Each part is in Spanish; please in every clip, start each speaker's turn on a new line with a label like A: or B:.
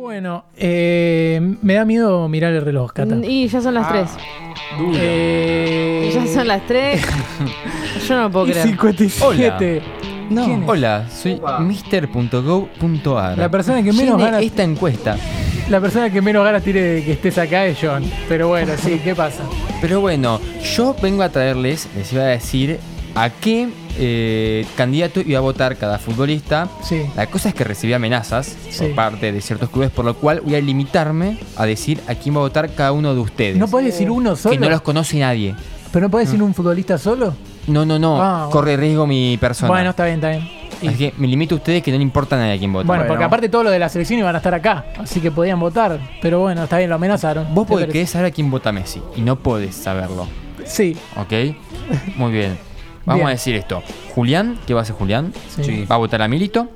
A: Bueno, eh, me da miedo mirar el reloj, Cata.
B: Y ya son las
C: Ah,
B: 3.
C: Duro.
A: Eh,
B: Ya son las 3. Yo no puedo
A: y
B: creer.
A: 57.
D: No.
A: ¿Quién es?
D: Hola, soy mister.go.ar.
A: La persona que menos
D: Llene
A: ganas,
B: este-
D: esta encuesta.
A: la persona que menos ganas tiene de que estés acá es John. Pero bueno, sí, ¿qué pasa?
D: Pero bueno, yo vengo a traerles, les iba a decir a qué eh, candidato iba a votar cada futbolista.
A: Sí.
D: La cosa es que recibí amenazas
A: Sí.
D: por parte de ciertos clubes, por lo cual voy a limitarme a decir a quién va a votar cada uno de ustedes.
A: ¿No podés decir uno
D: que
A: solo?
D: no los conoce nadie.
A: ¿Pero no podés decir un futbolista solo?
D: No, no, no.
A: Ah, bueno.
D: Corre riesgo mi persona.
A: Bueno, está bien, está bien.
D: Así que me limito a ustedes que no le importa a nadie a quién vota.
A: Bueno,
C: Bueno.
A: porque aparte todos los de la selección iban a estar acá, así que podían votar. Pero bueno, está bien, lo amenazaron.
D: Vos
A: ¿Te
D: podés
A: parece?
D: querés saber a quién vota Messi y no podés saberlo,
A: Sí,
D: ¿ok? Muy bien. Vamos
A: Bien.
D: a decir esto. Julián, ¿qué va a hacer Julián?
A: sí.
C: Sí.
D: Va a votar a Milito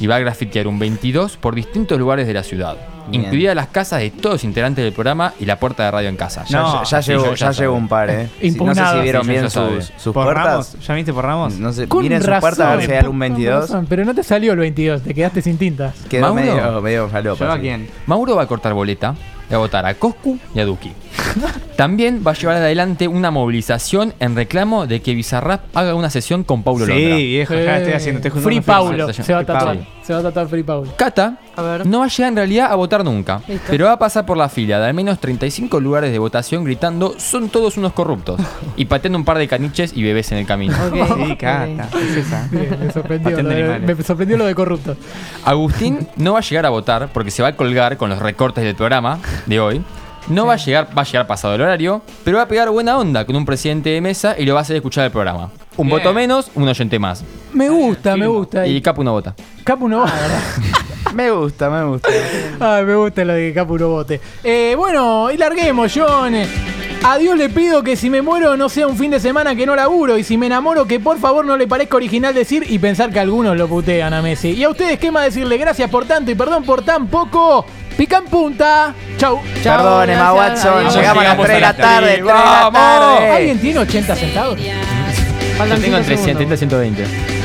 D: y va a grafitear un 22 por distintos lugares de la ciudad,
C: Bien.
D: incluidas las casas de todos los integrantes del programa y la puerta de radio en casa.
C: Ya- No.
E: ya
D: Sí,
E: llegó
D: yo
E: ya
D: sabe.
E: llegó un par, ¿eh? Sí, No sé
A: Impugnado.
E: si vieron
D: Sí, yo ya
E: bien
D: sabe.
E: sus, sus
C: ¿Por
E: puertas.
C: Ramos? ¿Ya viste por Ramos?
E: No sé,
A: Con
E: miren sus
A: razón,
E: puertas a ver si hay algún
A: con
E: 22.
A: razón, Pero no te salió el 22, te quedaste sin tintas.
E: Quedó
D: ¿Mauro?
E: medio, medio falopa,
C: ¿Yo a
E: sí.
C: quién?
D: Mauro va a cortar boleta y va a votar a Coscu y a Duki. También va a llevar adelante una movilización en reclamo de que Bizarrap haga una sesión con Paulo
C: sí,
D: Londra.
C: viejo, ya estoy
A: Eh,
C: haciendo. Estoy juntando
A: Free
C: firmas.
A: Paulo.
D: firmas.
A: Se va a tatuar.
D: Sí.
A: Se va a tatuar Free Paulo.
D: Cata
B: A ver.
D: no va a llegar en realidad a votar nunca,
B: Listo.
D: pero va a pasar por la fila de al menos 35 lugares de votación gritando son todos unos corruptos y pateando un par de caniches y bebés en el camino.
B: Ok,
C: Sí,
B: ok.
C: cata. Es esa.
A: Bien, me sorprendió.
C: Patente
A: lo de,
C: animales.
A: me sorprendió lo de corrupto.
D: Agustín no va a llegar a votar porque se va a colgar con los recortes del programa de hoy. No va a llegar, va a llegar pasado el horario, pero va a pegar buena onda con un presidente de mesa y lo va a hacer escuchar el programa. Un
C: Bien.
D: voto menos, un oyente más.
A: Me gusta, me gusta.
D: Y
A: Y
D: Capu no vota.
A: Capu no
C: Ah,
A: vota.
E: Me gusta, me gusta.
A: Ay, me gusta lo de que Capu no vote. Eh, bueno, y larguemos, John. A Dios le pido que si me muero no sea un fin de semana que no laburo y si me enamoro que por favor no le parezca original decir y pensar que algunos lo putean a Messi. Y a ustedes, ¿qué más decirle? Gracias por tanto y perdón por tan poco. Pica en punta. Chau.
E: Perdón, Emma
B: gracias,
E: Watson.
B: adiós.
E: Llegamos a las
D: Llegamos
E: 3 de
D: a
E: la
D: las
E: tarde. 3
D: tres,
E: de la
D: vamos.
E: tarde.
A: ¿Alguien tiene 80 centavos?
B: Faltan
D: Yo tengo
B: cinco
D: entre
B: segundos.
D: 100 y 120.